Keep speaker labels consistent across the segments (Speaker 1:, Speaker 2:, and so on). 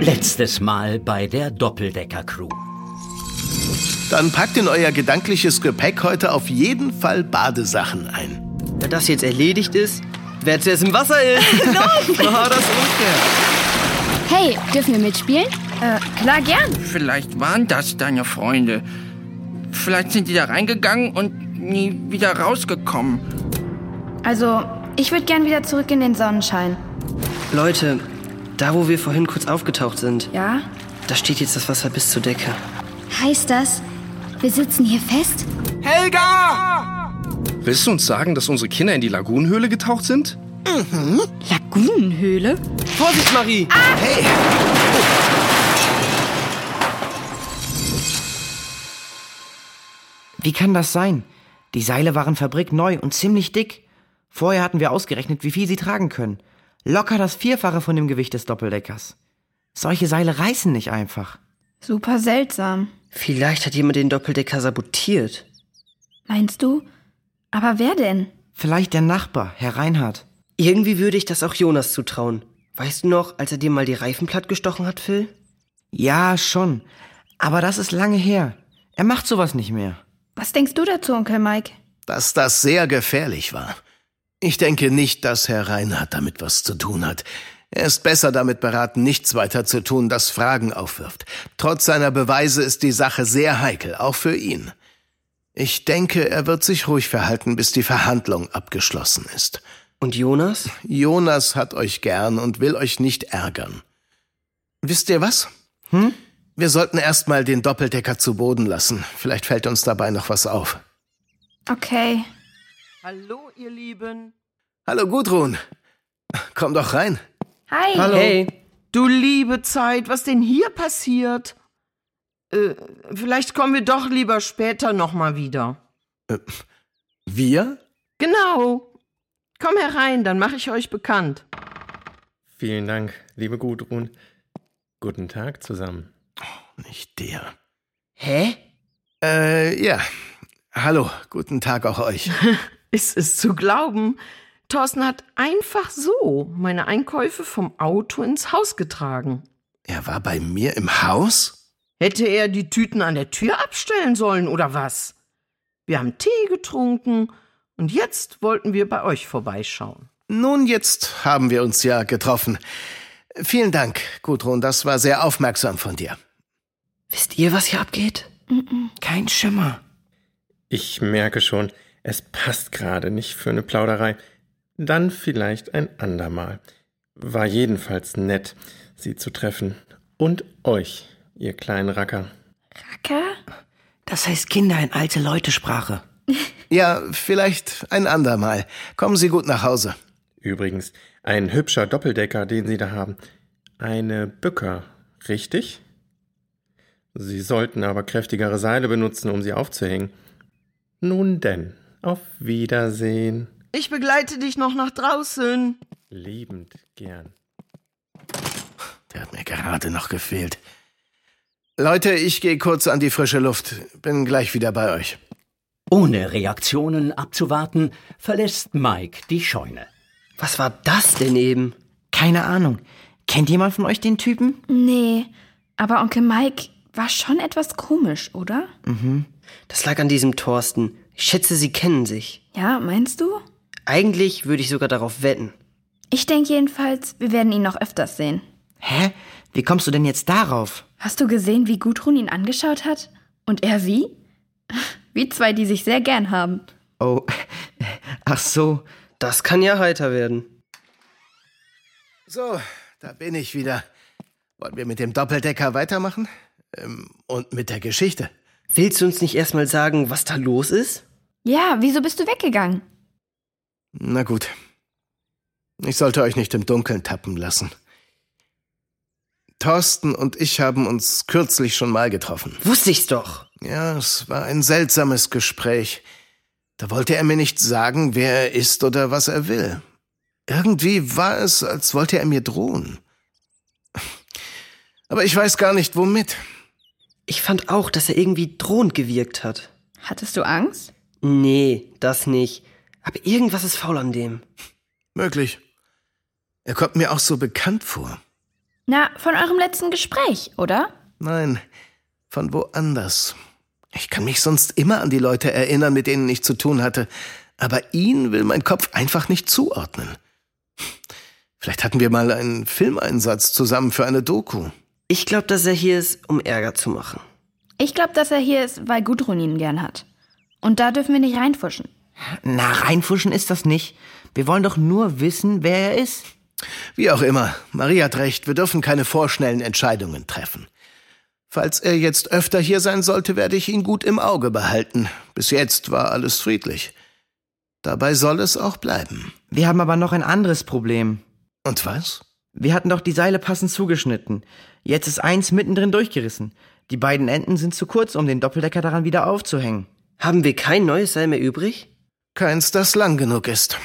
Speaker 1: Letztes Mal bei der Doppeldecker-Crew.
Speaker 2: Dann packt in euer gedankliches Gepäck heute auf jeden Fall Badesachen ein.
Speaker 3: Da das jetzt erledigt ist, wer zuerst im Wasser ist. Los! Oh, das Unfair.
Speaker 4: Hey, dürfen wir mitspielen?
Speaker 5: Äh, klar, gern.
Speaker 6: Vielleicht waren das deine Freunde. Vielleicht sind die da reingegangen und nie wieder rausgekommen.
Speaker 5: Also, ich würde gern wieder zurück in den Sonnenschein.
Speaker 3: Leute, da wo wir vorhin kurz aufgetaucht sind,
Speaker 5: Ja?
Speaker 3: da steht jetzt das Wasser bis zur Decke.
Speaker 4: Heißt das, wir sitzen hier fest?
Speaker 7: Willst du uns sagen, dass unsere Kinder in die Lagunenhöhle getaucht sind?
Speaker 5: Lagunenhöhle?
Speaker 3: Vorsicht, Marie!
Speaker 8: Wie kann das sein? Die Seile waren fabrikneu und ziemlich dick. Vorher hatten wir ausgerechnet, wie viel sie tragen können. Locker das Vierfache von dem Gewicht des Doppeldeckers. Solche Seile reißen nicht einfach.
Speaker 5: Super seltsam.
Speaker 3: Vielleicht hat jemand den Doppeldecker sabotiert.
Speaker 5: Meinst du? Aber wer denn?
Speaker 8: Vielleicht der Nachbar, Herr Reinhardt.
Speaker 3: Irgendwie würde ich das auch Jonas zutrauen. Weißt du noch, als er dir mal die Reifen platt gestochen hat, Phil?
Speaker 8: Ja, schon. Aber das ist lange her. Er macht sowas nicht mehr.
Speaker 5: Was denkst du dazu, Onkel Mike?
Speaker 2: Dass das sehr gefährlich war. Ich denke nicht, dass Herr Reinhardt damit was zu tun hat. Er ist besser damit beraten, nichts weiter zu tun, das Fragen aufwirft. Trotz seiner Beweise ist die Sache sehr heikel, auch für ihn. Ich denke, er wird sich ruhig verhalten, bis die Verhandlung abgeschlossen ist.
Speaker 3: Und Jonas?
Speaker 2: Jonas hat euch gern und will euch nicht ärgern. Wisst ihr was? Hm? Wir sollten erstmal den Doppeldecker zu Boden lassen. Vielleicht fällt uns dabei noch was auf.
Speaker 5: Okay.
Speaker 3: Hallo, ihr Lieben.
Speaker 2: Hallo Gudrun. Komm doch rein.
Speaker 5: Hi.
Speaker 3: Hallo. Hey.
Speaker 9: Du liebe Zeit, was denn hier passiert? Äh, vielleicht kommen wir doch lieber später nochmal wieder.
Speaker 2: Wir?
Speaker 9: Genau. Komm herein, dann mache ich euch bekannt.
Speaker 10: Vielen Dank, liebe Gudrun. Guten Tag zusammen.
Speaker 2: Oh, Nicht der.
Speaker 3: Hä?
Speaker 2: Äh, ja. Hallo, guten Tag auch euch.
Speaker 9: Ist es zu glauben? Thorsten hat einfach so meine Einkäufe vom Auto ins Haus getragen.
Speaker 2: Er war bei mir im Haus?
Speaker 9: Hätte er die Tüten an der Tür abstellen sollen oder was? Wir haben Tee getrunken und jetzt wollten wir bei euch vorbeischauen.
Speaker 2: Nun, jetzt haben wir uns ja getroffen. Vielen Dank, Gudrun, das war sehr aufmerksam von dir.
Speaker 3: Wisst ihr, was hier abgeht? Kein Schimmer.
Speaker 10: Ich merke schon, es passt gerade nicht für eine Plauderei. Dann vielleicht ein andermal. War jedenfalls nett, Sie zu treffen. Und euch, ihr kleinen Racker.
Speaker 5: Racker?
Speaker 8: Das heißt Kinder in alte Leutesprache.
Speaker 2: Ja, vielleicht ein andermal. Kommen Sie gut nach Hause.
Speaker 10: Übrigens, ein hübscher Doppeldecker, den Sie da haben. Eine Bücker, richtig? Sie sollten aber kräftigere Seile benutzen, um sie aufzuhängen. Nun denn, auf Wiedersehen.
Speaker 9: Ich begleite dich noch nach draußen.
Speaker 10: Liebend gern.
Speaker 2: Der hat mir gerade noch gefehlt. Leute, ich gehe kurz an die frische Luft. Bin gleich wieder bei euch.
Speaker 1: Ohne Reaktionen abzuwarten, verlässt Mike die Scheune.
Speaker 3: Was war das denn eben?
Speaker 8: Keine Ahnung. Kennt jemand von euch den
Speaker 5: Hm?
Speaker 8: Typen?
Speaker 5: Nee. Aber Onkel Mike war schon etwas komisch, oder?
Speaker 8: Mhm.
Speaker 3: Das lag an diesem Thorsten. Ich schätze, sie kennen sich.
Speaker 5: Ja, meinst du?
Speaker 3: Eigentlich würde ich sogar darauf wetten.
Speaker 5: Ich denke jedenfalls, wir werden ihn noch öfters sehen.
Speaker 8: Hä? Wie kommst du denn jetzt darauf?
Speaker 5: Hast du gesehen, wie Gudrun ihn angeschaut hat? Und er sie? Wie zwei, die sich sehr gern haben.
Speaker 8: Oh, ach so.
Speaker 3: Das kann ja heiter werden.
Speaker 2: So, da bin ich wieder. Wollen wir mit dem Doppeldecker weitermachen? Ähm, und mit der Geschichte.
Speaker 3: Willst du uns nicht erstmal sagen, was da los ist?
Speaker 5: Ja, wieso bist du weggegangen?
Speaker 2: Na gut. Ich sollte euch nicht im Dunkeln tappen lassen. Thorsten und ich haben uns kürzlich schon mal getroffen.
Speaker 3: Wusste ich's doch.
Speaker 2: Ja, es war ein seltsames Gespräch. Da wollte er mir nicht sagen, wer er ist oder was er will. Irgendwie war es, als wollte er mir drohen. Aber ich weiß gar nicht, womit.
Speaker 3: Ich fand auch, dass er irgendwie drohend gewirkt hat.
Speaker 5: Hattest du Angst?
Speaker 3: Nee, das nicht. Aber irgendwas ist faul an dem.
Speaker 2: Möglich. Er kommt mir auch so bekannt vor.
Speaker 5: Na, von eurem letzten Gespräch, oder?
Speaker 2: Nein, von woanders. Ich kann mich sonst immer an die Leute erinnern, mit denen ich zu tun hatte, aber ihn will mein Kopf einfach nicht zuordnen. Vielleicht hatten wir mal einen Filmeinsatz zusammen für eine Doku.
Speaker 3: Ich glaube, dass er hier ist, um Ärger zu machen.
Speaker 5: Ich glaube, dass er hier ist, weil Gudrun ihn gern hat. Und da dürfen wir nicht reinfuschen.
Speaker 8: Na, reinfuschen ist das nicht. Wir wollen doch nur wissen, wer er ist.
Speaker 2: Wie auch immer, Marie hat recht, wir dürfen keine vorschnellen Entscheidungen treffen. Falls er jetzt öfter hier sein sollte, werde ich ihn gut im Auge behalten. Bis jetzt war alles friedlich. Dabei soll es auch bleiben.
Speaker 8: Wir haben aber noch ein anderes Problem.
Speaker 2: Und was?
Speaker 8: Wir hatten doch die Seile passend zugeschnitten. Jetzt ist eins mittendrin durchgerissen. Die beiden Enden sind zu kurz, um den Doppeldecker daran wieder aufzuhängen.
Speaker 3: Haben wir kein neues Seil mehr übrig?
Speaker 2: Keins, das lang genug ist.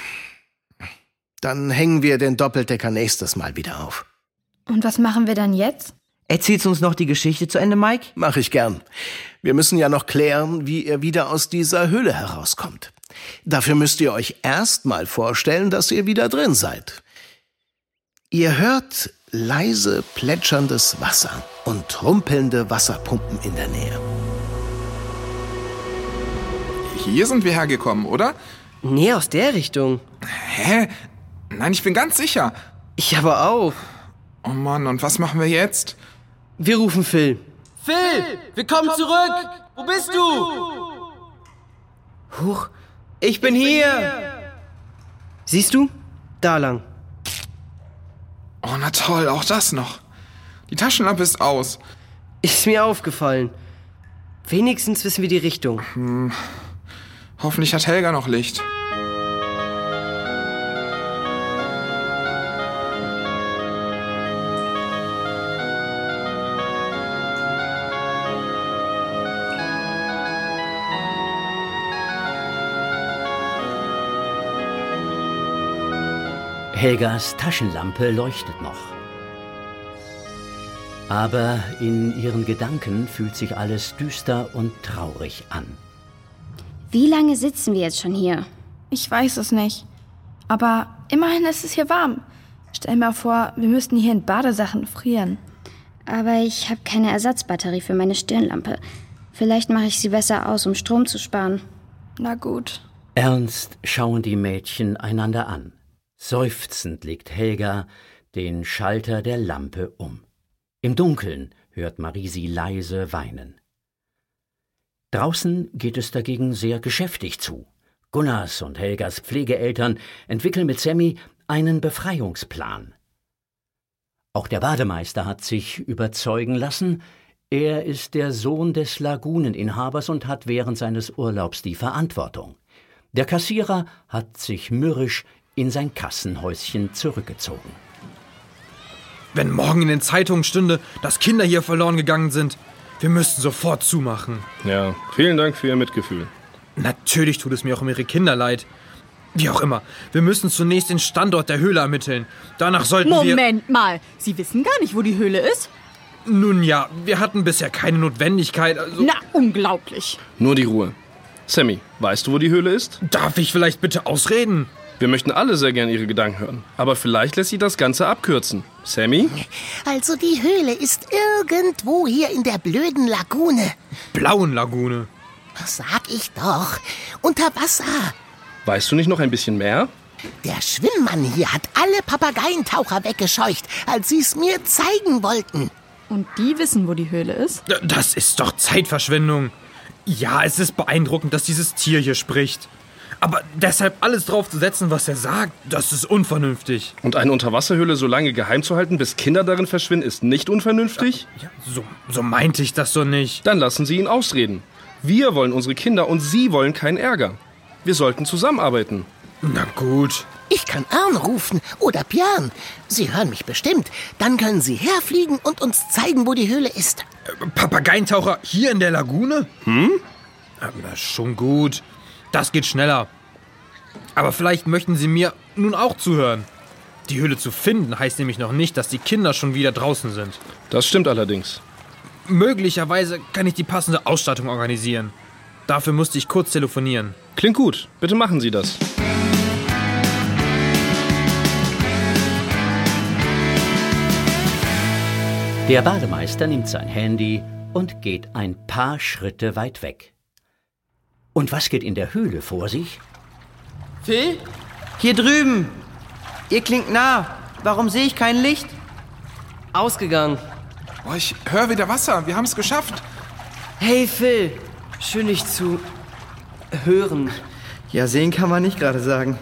Speaker 2: Dann hängen wir den Doppeldecker nächstes Mal wieder auf.
Speaker 5: Und was machen wir dann jetzt?
Speaker 8: Erzählst du uns noch die Geschichte zu Ende, Mike?
Speaker 2: Mach ich gern. Wir müssen ja noch klären, wie ihr wieder aus dieser Höhle herauskommt. Dafür müsst ihr euch erstmal vorstellen, dass ihr wieder drin seid. Ihr hört leise plätscherndes Wasser und rumpelnde Wasserpumpen in der Nähe.
Speaker 11: Hier sind wir hergekommen, oder?
Speaker 3: Nee, aus der Richtung.
Speaker 11: Hä? Nein, ich bin ganz sicher.
Speaker 3: Ich aber auch.
Speaker 11: Oh Mann, und was machen wir jetzt?
Speaker 3: Wir rufen Phil.
Speaker 12: Phil, wir kommen, wir kommen zurück. zurück. Wo bist, Wo bist
Speaker 3: du? du? Huch, ich bin, ich hier. bin hier. Siehst du? Da lang.
Speaker 11: Oh, na toll, auch das noch. Die Taschenlampe ist aus.
Speaker 3: Ist mir aufgefallen. Wenigstens wissen wir die Richtung.
Speaker 11: Hm. Hoffentlich hat Helga noch Licht.
Speaker 1: Helgas Taschenlampe leuchtet noch. Aber in ihren Gedanken fühlt sich alles düster und traurig an.
Speaker 4: Wie lange sitzen wir jetzt schon hier?
Speaker 5: Ich weiß es nicht. Aber immerhin ist es hier warm. Stell mal vor, wir müssten hier in Badesachen frieren.
Speaker 4: Aber ich habe keine Ersatzbatterie für meine Stirnlampe. Vielleicht mache ich sie besser aus, um Strom zu sparen.
Speaker 5: Na gut.
Speaker 1: Ernst schauen die Mädchen einander an. Seufzend legt Helga den Schalter der Lampe um. Im Dunkeln hört Marie sie leise weinen. Draußen geht es dagegen sehr geschäftig zu. Gunnars und Helgas Pflegeeltern entwickeln mit Sammy einen Befreiungsplan. Auch der Bademeister hat sich überzeugen lassen, er ist der Sohn des Laguneninhabers und hat während seines Urlaubs die Verantwortung. Der Kassierer hat sich mürrisch in sein Kassenhäuschen zurückgezogen.
Speaker 13: Wenn morgen in den Zeitungen stünde, dass Kinder hier verloren gegangen sind, wir müssten sofort zumachen.
Speaker 7: Ja, vielen Dank für Ihr Mitgefühl.
Speaker 13: Natürlich tut es mir auch um Ihre Kinder leid. Wie auch immer, wir müssen zunächst den Standort der Höhle ermitteln. Danach sollten
Speaker 14: Moment
Speaker 13: wir.
Speaker 14: Moment mal, Sie wissen gar nicht, wo die Höhle ist?
Speaker 13: Nun ja, wir hatten bisher keine Notwendigkeit. Also
Speaker 14: Na, unglaublich.
Speaker 7: Nur die Ruhe. Sammy, weißt du, wo die Höhle ist?
Speaker 13: Darf ich vielleicht bitte ausreden?
Speaker 7: Wir möchten alle sehr gern Ihre Gedanken hören, aber vielleicht lässt sich das Ganze abkürzen. Sammy?
Speaker 15: Also die Höhle ist irgendwo hier in der blöden Lagune.
Speaker 13: Blauen Lagune.
Speaker 15: Das sag ich doch. Unter Wasser.
Speaker 7: Weißt du nicht noch ein bisschen mehr?
Speaker 15: Der Schwimmmann hier hat alle Papageientaucher weggescheucht, als sie es mir zeigen wollten.
Speaker 14: Und die wissen, wo die Höhle ist?
Speaker 13: Das ist doch Zeitverschwendung. Ja, es ist beeindruckend, dass dieses Tier hier spricht. Aber deshalb alles drauf zu setzen, was er sagt, das ist unvernünftig.
Speaker 7: Und eine Unterwasserhöhle so lange geheim zu halten, bis Kinder darin verschwinden, ist nicht unvernünftig?
Speaker 13: Ja, ja, so, so meinte ich das doch nicht.
Speaker 7: Dann lassen Sie ihn ausreden. Wir wollen unsere Kinder und Sie wollen keinen Ärger. Wir sollten zusammenarbeiten.
Speaker 13: Na gut.
Speaker 15: Ich kann Arn rufen oder Björn. Sie hören mich bestimmt. Dann können Sie herfliegen und uns zeigen, wo die Höhle ist.
Speaker 13: Äh, Papageientaucher hier in der Lagune?
Speaker 7: Hm?
Speaker 13: Aber schon gut. Das geht schneller. Aber vielleicht möchten Sie mir nun auch zuhören. Die Höhle zu finden heißt nämlich noch nicht, dass die Kinder schon wieder draußen sind.
Speaker 7: Das stimmt allerdings.
Speaker 13: Möglicherweise kann ich die passende Ausstattung organisieren. Dafür musste ich kurz telefonieren.
Speaker 7: Klingt gut. Bitte machen Sie das.
Speaker 1: Der Bademeister nimmt sein Handy und geht ein paar Schritte weit weg. Und was geht in der Höhle vor sich?
Speaker 8: Fee? Hier drüben! Ihr klingt nah. Warum sehe ich kein Licht?
Speaker 3: Ausgegangen.
Speaker 11: Oh, ich höre wieder Wasser. Wir haben es geschafft.
Speaker 3: Hey Phil, schön dich zu hören.
Speaker 8: Ja, sehen kann man nicht gerade sagen.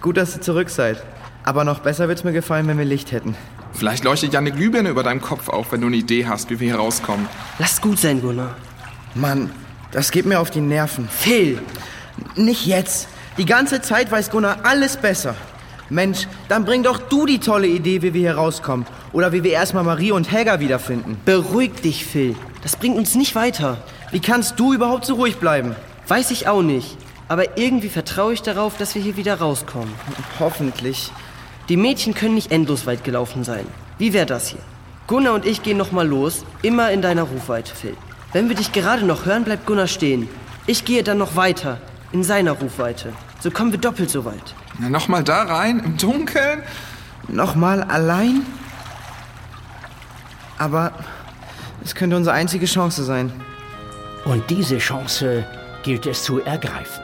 Speaker 8: Gut, dass ihr zurück seid. Aber noch besser wird's mir gefallen, wenn wir Licht hätten.
Speaker 11: Vielleicht leuchtet ja eine Glühbirne über deinem Kopf auf, wenn du eine Idee hast, wie wir hier rauskommen.
Speaker 3: Lass gut sein, Gunnar.
Speaker 8: Mann, das geht mir auf die Nerven.
Speaker 3: Phil!
Speaker 8: Nicht jetzt. Die ganze Zeit weiß Gunnar alles besser. Mensch, dann bring doch du die tolle Idee, wie wir hier rauskommen. Oder wie wir erstmal Marie und Helga wiederfinden.
Speaker 3: Beruhig dich, Phil. Das bringt uns nicht weiter.
Speaker 8: Wie kannst du überhaupt so ruhig bleiben?
Speaker 3: Weiß ich auch nicht. Aber irgendwie vertraue ich darauf, dass wir hier wieder rauskommen.
Speaker 8: Hoffentlich.
Speaker 3: Die Mädchen können nicht endlos weit gelaufen sein. Wie wäre das hier? Gunnar und ich gehen nochmal los, immer in deiner Rufweite, Phil. Wenn wir dich gerade noch hören, bleibt Gunnar stehen. Ich gehe dann noch weiter, in seiner Rufweite. So kommen wir doppelt so weit.
Speaker 11: Na, nochmal da rein, im Dunkeln?
Speaker 8: Nochmal allein? Aber es könnte unsere einzige Chance sein.
Speaker 1: Und diese Chance gilt es zu ergreifen.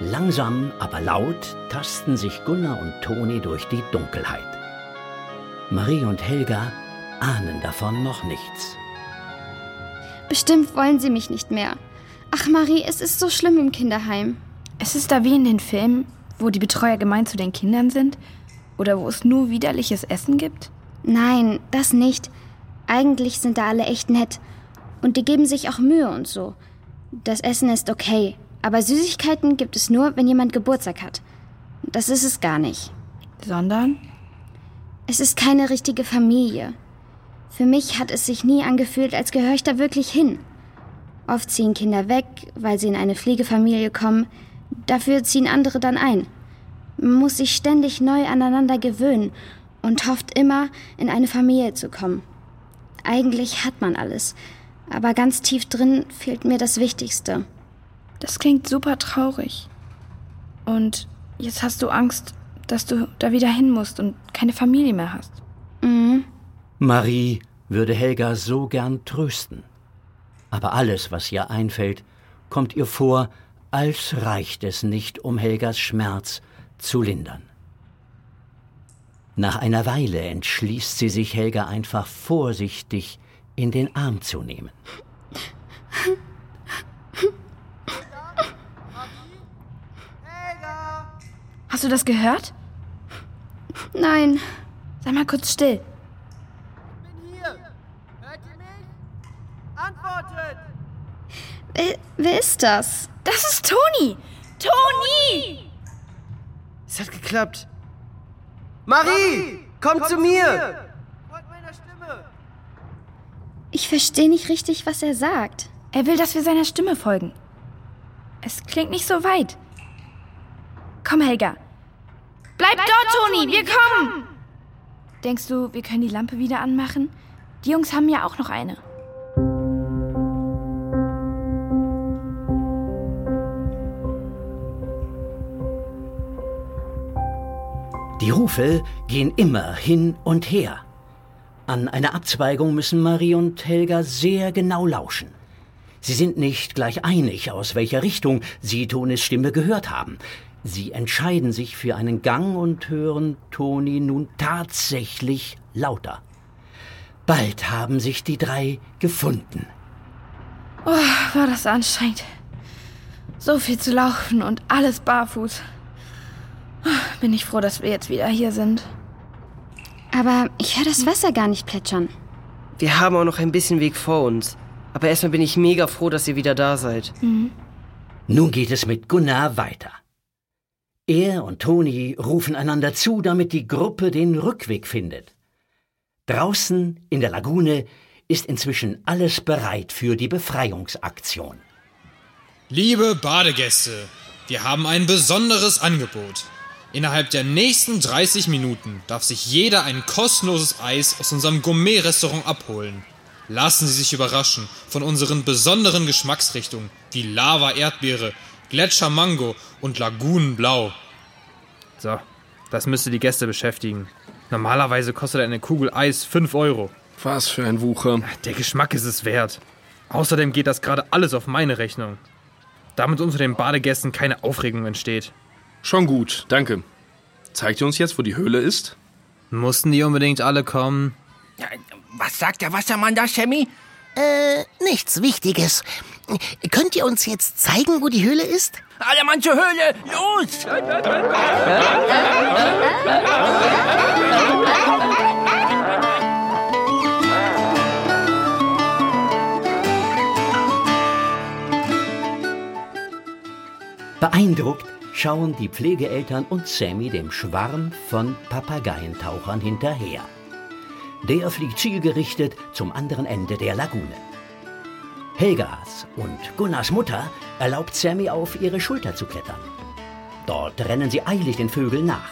Speaker 1: Langsam, aber laut tasten sich Gunnar und Toni durch die Dunkelheit. Marie und Helga ahnen davon noch nichts.
Speaker 4: Bestimmt wollen sie mich nicht mehr. Ach Marie, es ist so schlimm im Kinderheim.
Speaker 5: Es ist da wie in den Filmen, wo die Betreuer gemein zu den Kindern sind oder wo es nur widerliches Essen gibt?
Speaker 4: Nein, das nicht. Eigentlich sind da alle echt nett. Und die geben sich auch Mühe und so. Das Essen ist okay, aber Süßigkeiten gibt es nur, wenn jemand Geburtstag hat. Das ist es gar nicht.
Speaker 5: Sondern?
Speaker 4: Es ist keine richtige Familie. Für mich hat es sich nie angefühlt, als gehöre ich da wirklich hin. Oft ziehen Kinder weg, weil sie in eine Pflegefamilie kommen. Dafür ziehen andere dann ein. Man muss sich ständig neu aneinander gewöhnen und hofft immer, in eine Familie zu kommen. Eigentlich hat man alles, aber ganz tief drin fehlt mir das Wichtigste.
Speaker 5: Das klingt super traurig. Und jetzt hast du Angst, dass du da wieder hin musst und keine Familie mehr hast.
Speaker 4: Mhm.
Speaker 1: Marie würde Helga so gern trösten. Aber alles, was ihr einfällt, kommt ihr vor, als reicht es nicht, um Helgas Schmerz zu lindern. Nach einer Weile entschließt sie sich, Helga einfach vorsichtig in den Arm zu nehmen.
Speaker 5: Hast du das gehört?
Speaker 4: Nein.
Speaker 5: Sei mal kurz still.
Speaker 12: Antwortet!
Speaker 4: Wer, wer ist das?
Speaker 5: Das ist Toni! Toni!
Speaker 3: Es hat geklappt.
Speaker 12: Marie,
Speaker 3: komm, zu, mir.
Speaker 12: Folgt meiner Stimme!
Speaker 4: Ich verstehe nicht richtig, was er sagt.
Speaker 5: Er will, dass wir seiner Stimme folgen. Es klingt nicht so weit. Komm, Helga. Bleib, dort, Toni, wir kommen! Denkst du, wir können die Lampe wieder anmachen? Die Jungs haben ja auch noch eine.
Speaker 1: Die Rufe gehen immer hin und her. An einer Abzweigung müssen Marie und Helga sehr genau lauschen. Sie sind nicht gleich einig, aus welcher Richtung sie Tonis Stimme gehört haben. Sie entscheiden sich für einen Gang und hören Toni nun tatsächlich lauter. Bald haben sich die drei gefunden.
Speaker 5: Oh, war das anstrengend. So viel zu laufen und alles barfuß. Ah, Bin ich froh, dass wir jetzt wieder hier sind.
Speaker 4: Aber ich höre das Wasser gar nicht plätschern.
Speaker 3: Wir haben auch noch ein bisschen Weg vor uns. Aber erstmal bin ich mega froh, dass ihr wieder da seid.
Speaker 1: Nun geht es mit Gunnar weiter. Er und Toni rufen einander zu, damit die Gruppe den Rückweg findet. Draußen in der Lagune ist inzwischen alles bereit für die Befreiungsaktion.
Speaker 13: Liebe Badegäste, wir haben ein besonderes Angebot. Innerhalb der nächsten 30 Minuten darf sich jeder ein kostenloses Eis aus unserem Gourmet-Restaurant abholen. Lassen Sie sich überraschen von unseren besonderen Geschmacksrichtungen wie Lava-Erdbeere, Gletscher-Mango und Lagunenblau.
Speaker 7: So, das müsste die Gäste beschäftigen. Normalerweise kostet eine Kugel Eis 5 Euro. Was für ein Wucher.
Speaker 13: Der Geschmack ist es wert. Außerdem geht das gerade alles auf meine Rechnung. Damit unter den Badegästen keine Aufregung entsteht.
Speaker 7: Schon gut, danke. Zeigt ihr uns jetzt, wo die Höhle ist?
Speaker 13: Mussten die unbedingt alle kommen?
Speaker 6: Was sagt der Wassermann da, Sammy?
Speaker 15: Äh, nichts Wichtiges. Könnt ihr uns jetzt zeigen, wo die Höhle ist?
Speaker 6: Allermann zur Höhle! Los!
Speaker 1: Beeindruckt schauen die Pflegeeltern und Sammy dem Schwarm von Papageientauchern hinterher. Der fliegt zielgerichtet zum anderen Ende der Lagune. Helgas und Gunnars Mutter erlaubt Sammy auf ihre Schulter zu klettern. Dort rennen sie eilig den Vögeln nach.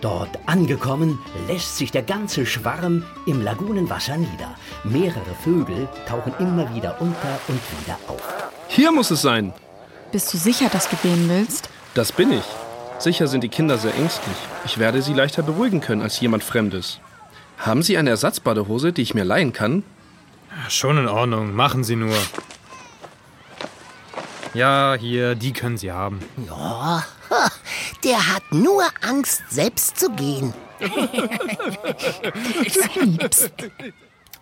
Speaker 1: Dort angekommen lässt sich der ganze Schwarm im Lagunenwasser nieder. Mehrere Vögel tauchen immer wieder unter und wieder auf.
Speaker 7: Hier muss es sein.
Speaker 14: Bist du sicher, dass du gehen willst?
Speaker 7: Das bin ich. Sicher sind die Kinder sehr ängstlich. Ich werde sie leichter beruhigen können als jemand Fremdes. Haben Sie eine Ersatzbadehose, die ich mir leihen kann?
Speaker 13: Schon in Ordnung, machen Sie nur. Ja, hier, die können Sie haben.
Speaker 15: Oh, ha, der hat nur Angst, selbst zu gehen.
Speaker 1: Sammy,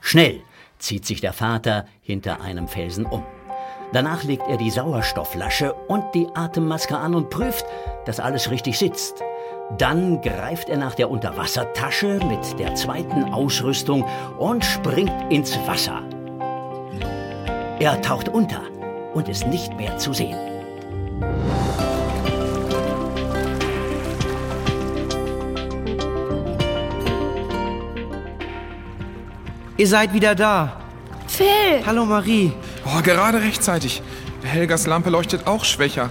Speaker 1: Schnell zieht sich der Vater hinter einem Felsen um. Danach legt er die Sauerstoffflasche und die Atemmaske an und prüft, dass alles richtig sitzt. Dann greift er nach der Unterwassertasche mit der zweiten Ausrüstung und springt ins Wasser. Er taucht unter und ist nicht mehr zu sehen.
Speaker 8: Ihr seid wieder da.
Speaker 5: Phil!
Speaker 8: Hallo Marie.
Speaker 11: Oh, gerade rechtzeitig. Helgas Lampe leuchtet auch schwächer.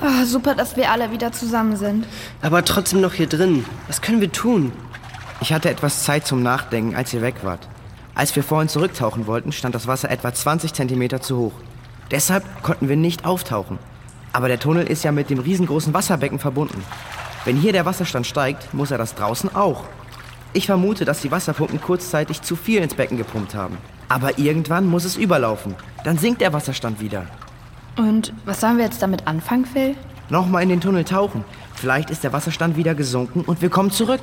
Speaker 5: Ah, super, dass wir alle wieder zusammen sind.
Speaker 3: Aber trotzdem noch hier drin. Was können wir tun?
Speaker 8: Ich hatte etwas Zeit zum Nachdenken, als ihr weg wart. Als wir vorhin zurücktauchen wollten, stand das Wasser etwa 20 Zentimeter zu hoch. Deshalb konnten wir nicht auftauchen. Aber der Tunnel ist ja mit dem riesengroßen Wasserbecken verbunden. Wenn hier der Wasserstand steigt, muss er das draußen auch. Ich vermute, dass die Wasserpumpen kurzzeitig zu viel ins Becken gepumpt haben. Aber irgendwann muss es überlaufen. Dann sinkt der Wasserstand wieder.
Speaker 5: Und was sollen wir jetzt damit anfangen, Phil?
Speaker 8: Nochmal in den Tunnel tauchen. Vielleicht ist der Wasserstand wieder gesunken und wir kommen zurück.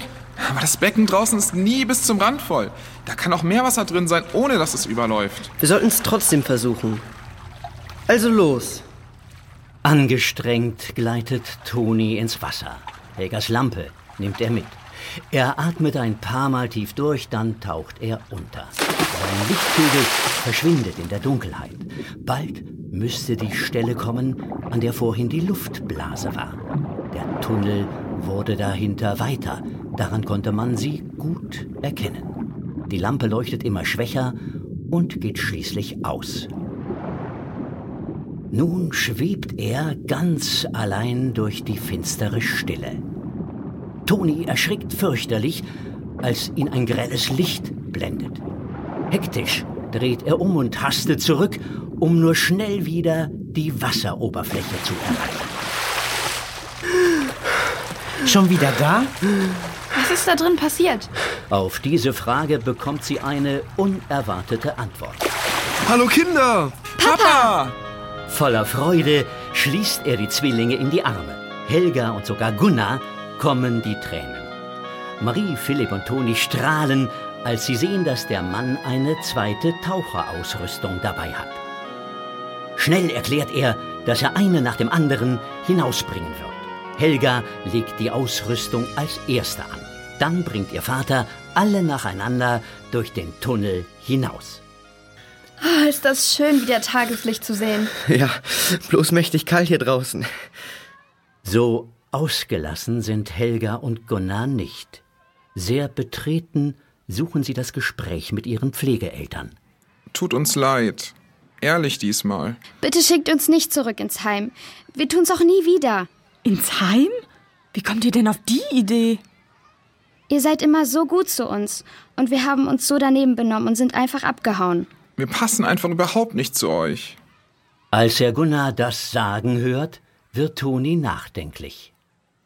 Speaker 11: Aber das Becken draußen ist nie bis zum Rand voll. Da kann auch Meerwasser drin sein, ohne dass es überläuft.
Speaker 3: Wir sollten es trotzdem versuchen. Also los.
Speaker 1: Angestrengt gleitet Toni ins Wasser. Helgas Lampe nimmt er mit. Er atmet ein paar Mal tief durch, dann taucht er unter. Ein Lichtkegel verschwindet in der Dunkelheit. Bald müsste die Stelle kommen, an der vorhin die Luftblase war. Der Tunnel wurde dahinter weiter. Daran konnte man sie gut erkennen. Die Lampe leuchtet immer schwächer und geht schließlich aus. Nun schwebt er ganz allein durch die finstere Stille. Toni erschrickt fürchterlich, als ihn ein grelles Licht blendet. Hektisch dreht er um und hastet zurück, um nur schnell wieder die Wasseroberfläche zu erreichen.
Speaker 8: Schon wieder da?
Speaker 5: Was ist da drin passiert?
Speaker 1: Auf diese Frage bekommt sie eine unerwartete Antwort.
Speaker 11: Hallo Kinder! Papa!
Speaker 1: Voller Freude schließt er die Zwillinge in die Arme. Helga und sogar Gunnar kommen die Tränen. Marie, Philipp und Toni strahlen, als sie sehen, dass der Mann eine zweite Taucherausrüstung dabei hat. Schnell erklärt er, dass er eine nach dem anderen hinausbringen wird. Helga legt die Ausrüstung als erste an. Dann bringt ihr Vater alle nacheinander durch den Tunnel hinaus.
Speaker 4: Oh,
Speaker 5: Ah, ist das schön, wieder Tageslicht zu sehen.
Speaker 8: Ja, bloß mächtig kalt hier draußen.
Speaker 1: So ausgelassen sind Helga und Gunnar nicht. Sehr betreten suchen sie das Gespräch mit ihren Pflegeeltern.
Speaker 11: Tut uns leid. Ehrlich diesmal.
Speaker 4: Bitte schickt uns nicht zurück ins Heim. Wir tun's auch nie wieder.
Speaker 14: Ins Heim? Wie kommt ihr denn auf die Idee?
Speaker 4: Ihr seid immer so gut zu uns und wir haben uns so daneben benommen und sind einfach abgehauen.
Speaker 11: Wir passen einfach überhaupt nicht zu euch.
Speaker 1: Als Herr Gunnar das sagen hört, wird Toni nachdenklich.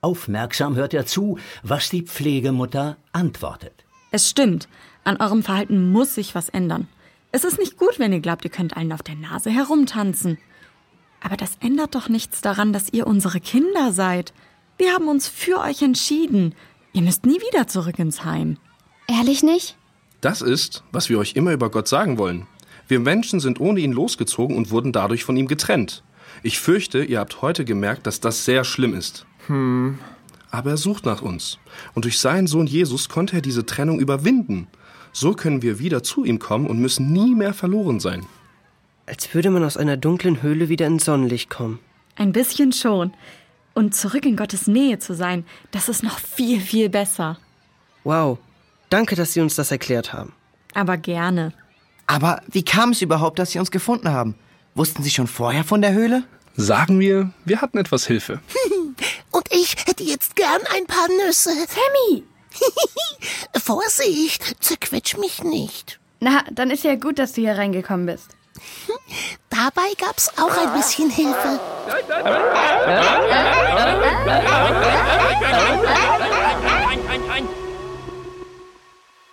Speaker 1: Aufmerksam hört er zu, was die Pflegemutter antwortet.
Speaker 14: Es stimmt. An eurem Verhalten muss sich was ändern. Es ist nicht gut, wenn ihr glaubt, ihr könnt allen auf der Nase herumtanzen. Aber das ändert doch nichts daran, dass ihr unsere Kinder seid. Wir haben uns für euch entschieden. Ihr müsst nie wieder zurück ins Heim.
Speaker 4: Ehrlich nicht?
Speaker 7: Das ist, was wir euch immer über Gott sagen wollen. Wir Menschen sind ohne ihn losgezogen und wurden dadurch von ihm getrennt. Ich fürchte, ihr habt heute gemerkt, dass das sehr schlimm ist.
Speaker 11: Hm.
Speaker 7: Aber er sucht nach uns. Und durch seinen Sohn Jesus konnte er diese Trennung überwinden. So können wir wieder zu ihm kommen und müssen nie mehr verloren sein.
Speaker 3: Als würde man aus einer dunklen Höhle wieder ins Sonnenlicht kommen.
Speaker 14: Ein bisschen schon. Und zurück in Gottes Nähe zu sein, das ist noch viel, viel besser.
Speaker 3: Wow. Danke, dass Sie uns das erklärt haben.
Speaker 14: Aber gerne.
Speaker 8: Aber wie kam es überhaupt, dass Sie uns gefunden haben? Wussten Sie schon vorher von der Höhle?
Speaker 7: Sagen wir, wir hatten etwas Hilfe.
Speaker 15: Und ich hätte jetzt gern ein paar Nüsse.
Speaker 5: Sammy!
Speaker 15: Vorsicht, zerquetsch mich nicht.
Speaker 5: Na, dann ist ja gut, dass du hier reingekommen bist.
Speaker 15: Dabei gab's auch ein bisschen Hilfe.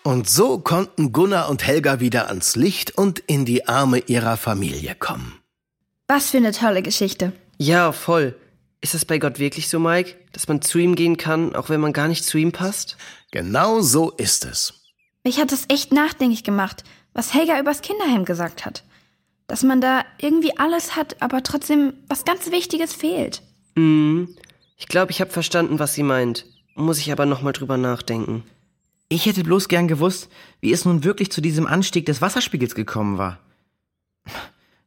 Speaker 2: Und so konnten Gunnar und Helga wieder ans Licht und in die Arme ihrer Familie kommen.
Speaker 5: Was für eine tolle Geschichte.
Speaker 3: Ja, voll. Ist das bei Gott wirklich so, Mike? Dass man zu ihm gehen kann, auch wenn man gar nicht zu ihm passt?
Speaker 2: Genau so ist es.
Speaker 5: Mich hat das echt nachdenklich gemacht, was Helga übers Kinderheim gesagt hat. Dass man da irgendwie alles hat, aber trotzdem was ganz Wichtiges fehlt.
Speaker 3: Mhm. Ich glaube, ich habe verstanden, was sie meint. Muss ich aber nochmal drüber nachdenken.
Speaker 8: Ich hätte bloß gern gewusst, wie es nun wirklich zu diesem Anstieg des Wasserspiegels gekommen war.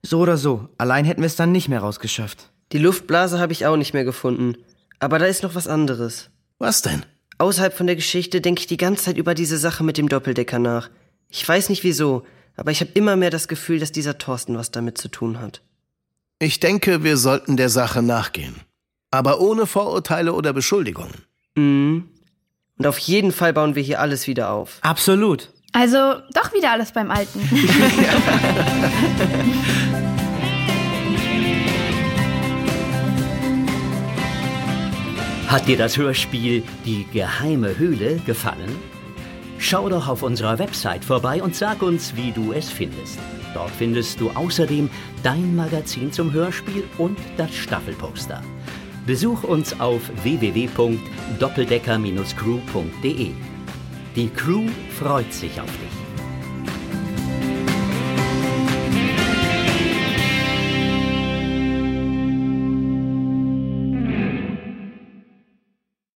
Speaker 8: So oder so, allein hätten wir es dann nicht mehr rausgeschafft.
Speaker 3: Die Luftblase habe ich auch nicht mehr gefunden. Aber da ist noch was anderes.
Speaker 2: Was denn?
Speaker 3: Außerhalb von der Geschichte denke ich die ganze Zeit über diese Sache mit dem Doppeldecker nach. Ich weiß nicht wieso, aber ich habe immer mehr das Gefühl, dass dieser Thorsten was damit zu tun hat.
Speaker 2: Ich denke, wir sollten der Sache nachgehen. Aber ohne Vorurteile oder Beschuldigungen.
Speaker 3: Mhm. Und auf jeden Fall bauen wir hier alles wieder auf.
Speaker 8: Absolut.
Speaker 5: Also doch wieder alles beim Alten.
Speaker 1: Hat dir das Hörspiel Die geheime Höhle gefallen? Schau doch auf unserer Website vorbei und sag uns, wie du es findest. Dort findest du außerdem dein Magazin zum Hörspiel und das Staffelposter. Besuch uns auf www.doppeldecker-crew.de. Die Crew freut sich auf dich.